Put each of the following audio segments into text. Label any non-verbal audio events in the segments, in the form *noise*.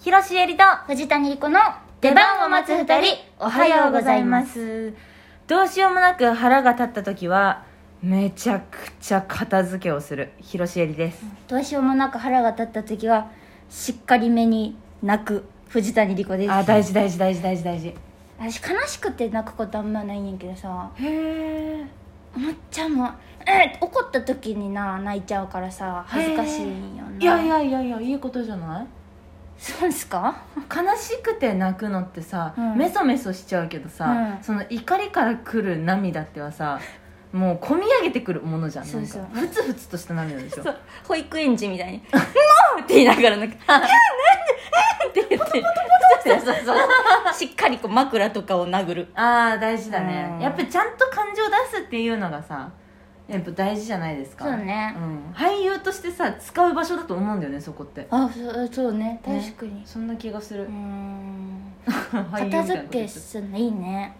広瀬えりと藤谷莉子の出番を待つ二人おはようございますどうしようもなく腹が立った時はめちゃくちゃ片付けをする広瀬えりですどうしようもなく腹が立った時はしっかりめに泣く藤谷莉子ですあ大事大事大事大事大事へ私悲しくて泣くことあんまないねんけどさえむっちゃんもえー怒った時にな泣いちゃうからさ恥ずかしいんよないいやいやいやいやいいことじゃないそうですか悲しくて泣くのってさ、うんメソメソしちゃうけどさ、うんその怒りから来る涙ってはさもう込み上げてくるものじゃんなんかそうそうふつふつとした涙でしょそう保育園児みたいに「もう!」って言いながらなんか「なんで?」って言ってそうそうそうしっかりこう枕とかを殴るああ大事だね、うんやっぱちゃんと感情出すっていうのがさやっぱ大事じゃないですかそうねうん、俳優としてさ使う場所だと思うんだよねそこってあそうそうね確かに、そんな気がする、うーん *laughs* 俳優みたいな片付こと言けってすんのいいね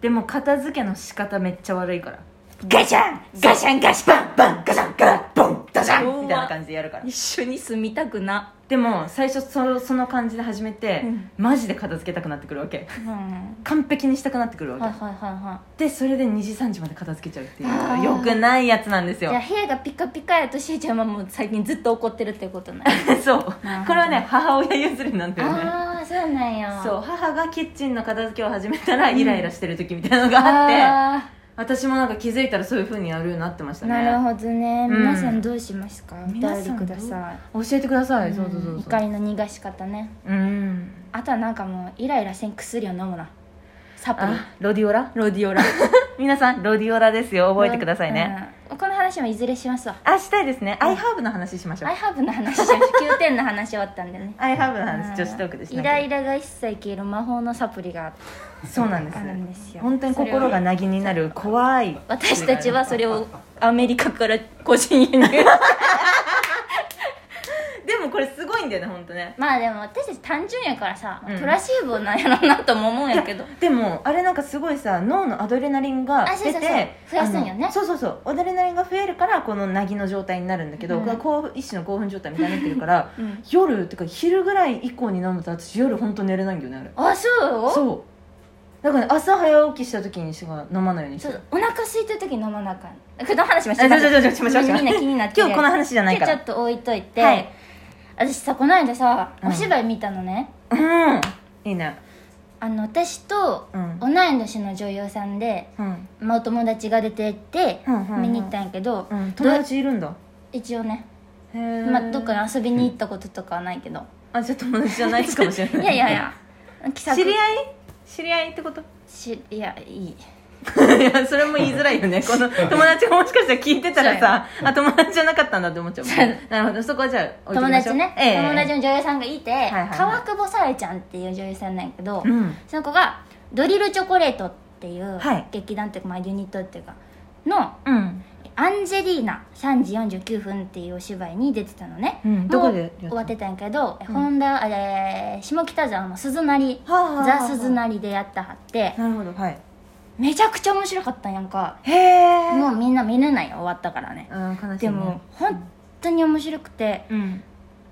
でも片付けの仕方めっちゃ悪いからガシャンガシャンガシャンバンバンガシャンガラッボンダシャンみたいな感じでやるから一緒に住みたくなでも最初そのその感じで始めて、うんマジで片付けたくなってくるわけうんは完璧にしたくなってくるわいけ、はいはいはでそれで2時3時まで片付けちゃうってあいうよーくないやつなんですいよじゃあ部屋がピカピカやとしーちゃんはもう最近ずっと怒ってるってこ *laughs* とない *laughs* そうなるほどねこれはね母親譲りなんだよねああそうなんやそう母がキッチンの片付けを始めたらうんイライラしてる時みたいなのがあって、あ私もなんか気づいたらそういう風にやるようになってましたーねなるほどね、うん皆さんどうしますかお便皆りさんくどうださい教えてください、うんそうそうそうそ怒うりの逃がし方ねうんあとはなんかもうイライラせん薬を飲むなサプリあロディオラロディオラ *laughs* 皆さんロディオラですよ覚えてくださいね、、うんこの話もいずれしますわあしたいですね、アイハーブの話しましょうアイハーブの話しましょう9点の話終わったんでねアイハーブの話女子トークでしイなきゃライラが一切消える魔法のサプリがそうなんですあるんですよ本当に心がなぎになる怖い私たちはそれをアメリカから個人輸 *laughs* 入 *laughs* でもこれすごいんだよね本当ねまあでも私たち単純やからさ、うんプラシーボなんやろなとも思うんや *laughs* けどでもあれなんかすごいさ脳のアドレナリンがあそ出うそうそうて増やすんよねあのそうそうそうアドレナリンが増えるからこのなぎの状態になるんだけど、うんこれ興奮一種の興奮状態みたいになってるから *laughs* うん夜ってか昼ぐらい以降に飲むと私夜本当寝れないんだよねあれあそうそうだから、ね、朝早起きした時にしか飲まないようにしそてうるお腹空いてる時飲まなあかんこの話もしあてちょちょちょしましょうしましょうみんな気になって今日この話じゃないかちょらっと置いといて、はい私さこの間さうんお芝居見たのね、うんいいねあの私とうん同い年の女優さんで、うんまあ、お友達が出ててうんうんうん見に行ったんやけど、うん友達いるんだ一応ね、へえまあ、どっかに遊びに行ったこととかはないけど、あじゃあ友達じゃないかもしれない *laughs* いやいやいや気さく知り合い知り合いってことしいやいいいやそれも言いづらいよ *laughs* ねこの友達がもしかしたら聞いてたらさあ友達じゃなかったんだって思っちゃうもんねなるほどそこはじゃあ置いと友きましょ達うね、ええ友達の女優さんがいて、いはいはい川久保さえちゃんっていう女優さんなんやけど、うんその子がドリルチョコレートっていうはい劇団っていうか、まあ、ユニットっていうかのうんアンジェリーナ3時49分っていうお芝居に出てたのね、うんどこでやったもう終わってたんやけど、本田あれ下北沢の鈴なりはあはあはあザ鈴なりでやったはってなるほどはいめちゃくちゃ面白かったんやんかへえもうみんな見れないよ終わったからねあー悲しいねでも本当に面白くてうん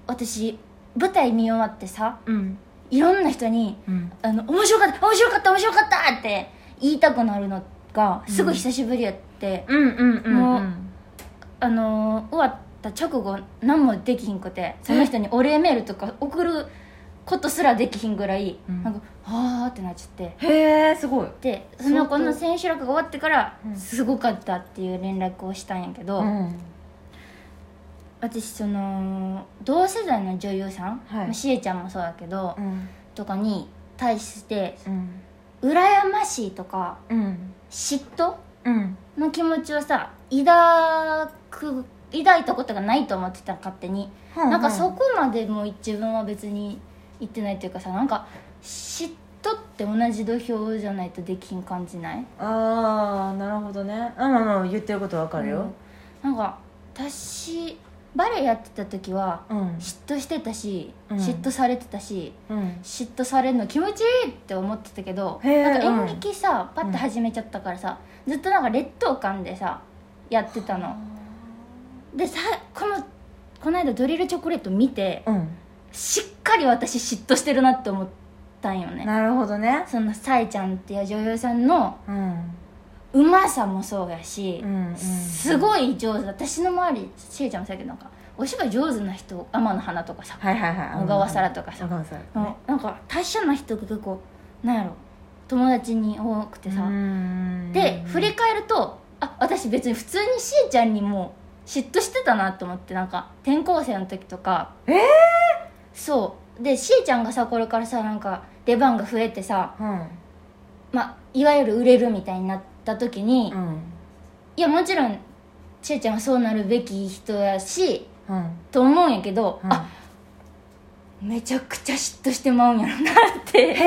私舞台見終わってさうんいろんな人にうんあの面白かった面白かった面白かったって言いたくなるのがすごい久しぶりやって、うんうんうんもううんあのー終わった直後何もできひんくてその人にお礼メールとか送ることすらできひんぐらい、うんなんかはあってなっちゃってへえすごいでその子相の当千秋楽が終わってから、うんすごかったっていう連絡をしたんやけど、うん私その同世代の女優さん、はいまあしえちゃんもそうだけど、うんとかに対してうん羨ましいとかうん嫉妬うんの気持ちをさ抱く抱いたことがないと思ってた勝手に、なんかそこまでもう自分は別に言ってないというかさなんか嫉妬って同じ土俵じゃないとできん感じないああなるほどねあまあまあ言ってることわかるよなんか私バレエやってた時はうん嫉妬してたし、うん嫉妬されてたしうん嫉妬されるの気持ちいいって思ってたけどへーなんか演劇さ、パッて始めちゃったからさずっとなんか劣等感でさやってたのでさこのこの間ドリルチョコレート見てうんしっかり私嫉妬してるなって思ったんよねなるほどねそのさえちゃんっていう女優さんのうんうまさもそうやし、うんうんすごい上手私の周りしえちゃんもそうやけどなんかお芝居上手な人天野花とかさ、はいはいはい小川沙羅とかさ小川沙羅ねなんか達者な人が結構なんやろ友達に多くてさ、うんで振り返るとあ私別に普通にしえちゃんにも嫉妬してたなと思ってなんか転校生の時とかえーそうでしえちゃんがさこれからさなんか出番が増えてさ、うんまあ、いわゆる売れるみたいになった時に、うんいやもちろんしえちゃんはそうなるべき人やしうんと思うんやけど、うんあめちゃくちゃ嫉妬してまうんやろなってへ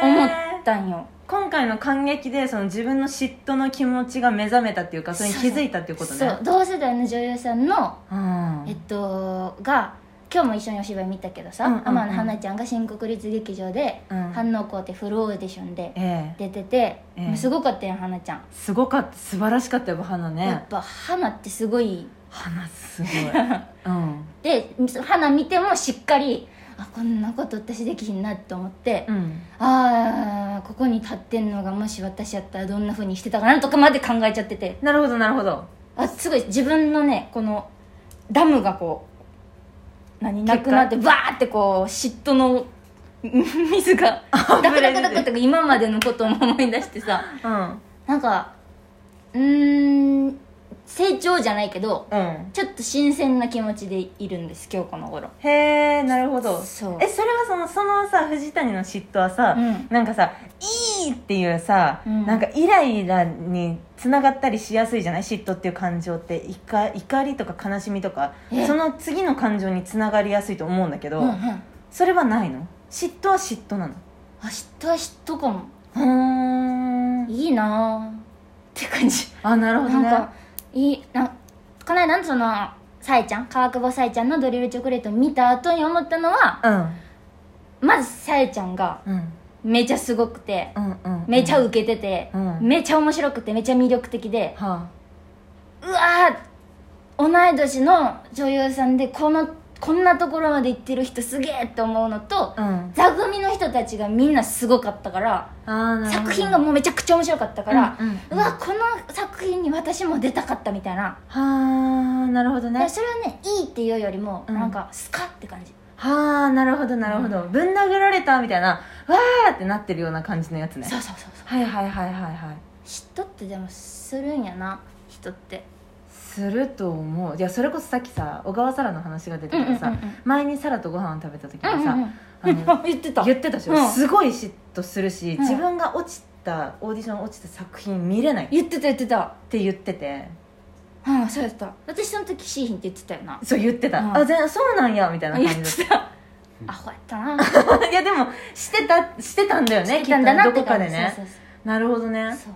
え思ったんよ今回の感激でその自分の嫉妬の気持ちが目覚めたっていうかそれに気づいたっていうことねそう同世代の女優さんのうんえっとが今日も一緒にお芝居見たけどさ、うんうんうん天野花ちゃんが新国立劇場でうん反応校ってフルオーディションでええ出てて、ええもうすごかったよ花ちゃん、すごかった素晴らしかったよ花やねっぱ花ってすごい花すごいうんで花見てもしっかりあこんなこと私できひんなと思って、うんああここに立ってんのがもし私やったらどんなふうにしてたかなとかまで考えちゃっててなるほどなるほどあすごい自分のねこのダムがこう何なくなってバーってこう嫉妬の *laughs* うん水 *laughs* がダクダクダクダク今までのことも思い出してさうんなんかうーん成長じゃないけどうんちょっと新鮮な気持ちでいるんです今日この頃へえなるほどそうえそれはそのそのさ藤谷の嫉妬はさ、うんなんかさ「いい!」っていうさ、うんなんかイライラにつながったりしやすいじゃない嫉妬っていう感情っていか怒りとか悲しみとかえその次の感情につながりやすいと思うんだけど、うんうんあそれはないの嫉妬は嫉妬なの嫉妬は嫉妬かもうーんいいなーって感じあなるほどねなんかいいなこの間そのさえちゃん川久保さえちゃんのドリルチョコレートを見た後に思ったのはまずさえちゃんがうんうんめちゃすごくてうんうんめちゃうウケてて、うんめちゃ面白くてめちゃ魅力的ではうわー同い年の女優さんでこのこんなところまで行ってる人すげえって思うのと、あ、うん座組の人たちがみんなすごかったからあーなるほど作品がもうめちゃくちゃ面白かったから、うんうんうんわこの作品に私も出たかったみたいなはあなるほどでねそれはねいいっていうよりも、うんなんかスカって感じはあなるほどなるほどぶん殴られたみたいなわーってなってるような感じのやつねそうそうそうそはういはいはいはいはい嫉妬ってでもするんやな人ってすると思ういやそれこそさっきさ小川沙羅の話が出てたさ、うんうんうんうん前に沙羅とご飯を食べた時にさ、うんうんうんあ *laughs* あ言ってた言ってたでしょ、うんすごい嫉妬するし、うん自分が落ちたオーディション落ちた作品見れないっ言ってた言ってたて言っててうんそうやってた私その時シーヒンって言ってたよなそう言ってた、うんあぜそうなんやみたいな言感っじでてたアホやったないやでもしてたしてたんだよね言ってたんだなきっっとてどこか感でじねそうなるほどそうねそう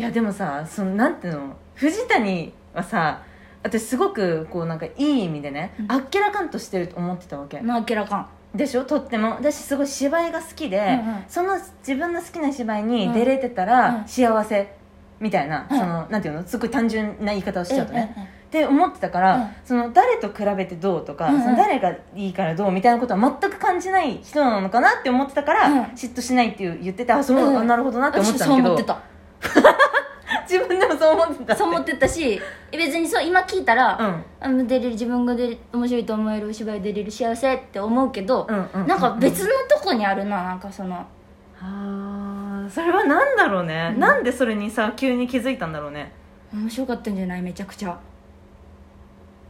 いやでもさそのなんていうの藤谷はさ私すごくこうなんかいい意味でね、うんあっけらかんとしてると思ってたわけ、そうなあきらかんでしょとっても私すごい芝居が好きで、うんうんその自分の好きな芝居に出れてたらうん幸せみたいな、うんそのなんていうのすごい単純な言い方をしちゃうとね、うんうんうんって思ってたから、うんその誰と比べてどうとか、うんうんその誰がいいからどうみたいなことは全く感じない人なのかなって思ってたから、うん嫉妬しないっていう言っててあそう、うんあなるほどなって思ってたんだ私けもそう思どってた *laughs* 自分でもそう思ってたそう思ってたしえ別にそう今聞いたら、うんあの出れる自分が出れ面白いと思えるお芝居出れる幸せって思うけど、うんうんうんなんか別のとこにあるななんかそのあーそれは何だろうね、うんなんでそれにさ急に気づいたんだろうね面白かったんじゃないめちゃくちゃ、は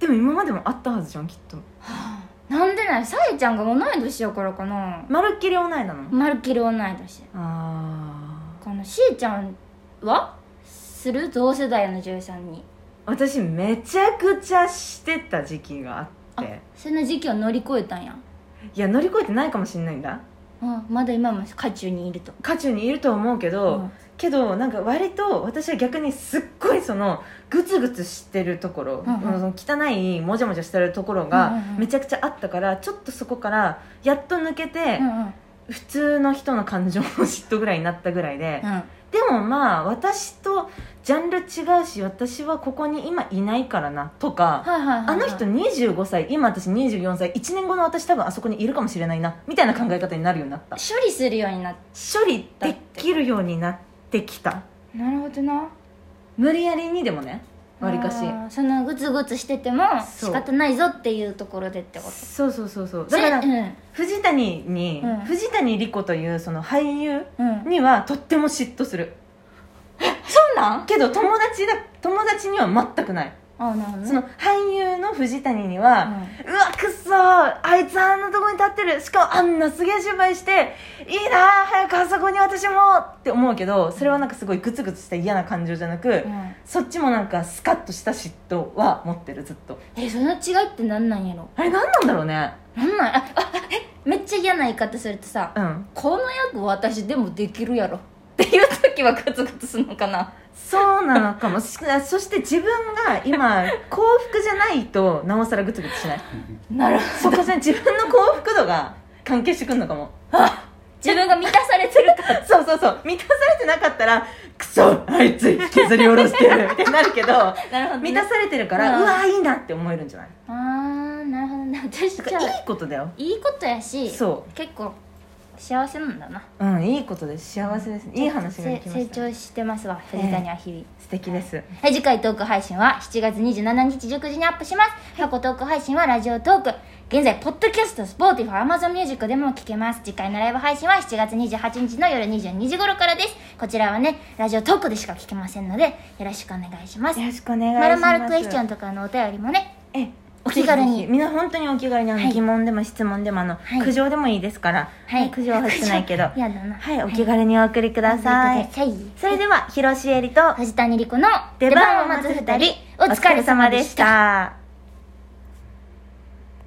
でも今までもあったはずじゃんきっとあなんでないさえちゃんが同い年やからかなまるっきり同いなの、あまるっきり同い年あこのしーちゃんはする同世代の女優さんに私めちゃくちゃしてた時期があってそんな時期を乗り越えたんやいや乗り越えてないかもしれないんだうんまだ今も渦中にいると渦中にいると思うけど、うんけどなんか割と私は逆にすっごいそのグツグツしてるところ、うんうんその汚いもじゃもじゃしてるところがうんうんうんめちゃくちゃあったからちょっとそこからやっと抜けて、うんうん普通の人の感情の嫉妬ぐらいになったぐらいで、うんでもまあ私とジャンル違うし私はここに今いないからなとか、はいはいはいはい、あの人25歳今私24歳1年後の私多分あそこにいるかもしれないなみたいな考え方になるようになった処理するようになっ処理できるようになってきたなるほどな無理やりにでもねわりかしあーそのグツグツしててもそう仕方ないぞっていうところでってことそうそうそうそうだからそれうん藤谷に、うん藤谷莉子というその俳優うん、にはとっても嫉妬するそうなんけど友達だ友達には全くない、あなるほどねその俳優の藤谷には、うわくっそーあいつあんなとこに立ってるしかもあんなすげえ芝居していいなー早くあそこに私もって思うけどそれはなんかすごいグツグツした嫌な感情じゃなく、うんうんそっちもなんかスカッとした嫉妬は持ってるずっとえその違いってなんなんやろあれ何なんだろうねなんなんああえめっちゃ嫌な言い方するとさうんこの役私でもできるやろっていう時はグツグツするのかなそうなのかもしあそして自分が *laughs* 今幸福じゃないとなおさらグツグツしないなるほどそこじゃ自分の幸福度が関係してくんのかも自分が満たされてるからそうそうそう満たされてなかったらクソあいつ削り下ろして *laughs* るってなるけど *laughs* なるほどね、満たされてるから、ううんわいいなって思えるんじゃないあーなるほどね私だじかゃらあいいことだよいいことやしそ結構幸せなんだなううんいいことです幸せですいい話ができませ成した長してますわ藤谷は日々、素敵ですはい次回トーク配信は7月27日19時にアップします、過去トーク配信はラジオトーク現在ポッドキャスト Spotify Amazon Music でも聞けます次回のライブ配信は7月28日の夜22時頃からですこちらはねラジオトークでしか聞けませんのでよろしくお願いしますよろしくお願いしままるすまるクエスチョンとかのお便りもねええお気軽にぜひぜひみんな本当にお気軽にあの、はい疑問でも質問でもあの、はい苦情でもいいですから、はい苦情は欲しくないけど *laughs* やだなはいお気軽にお送りください、お送りくださいそれでは広瀬えりと藤谷莉子の出番を待つ二人お疲れ様でした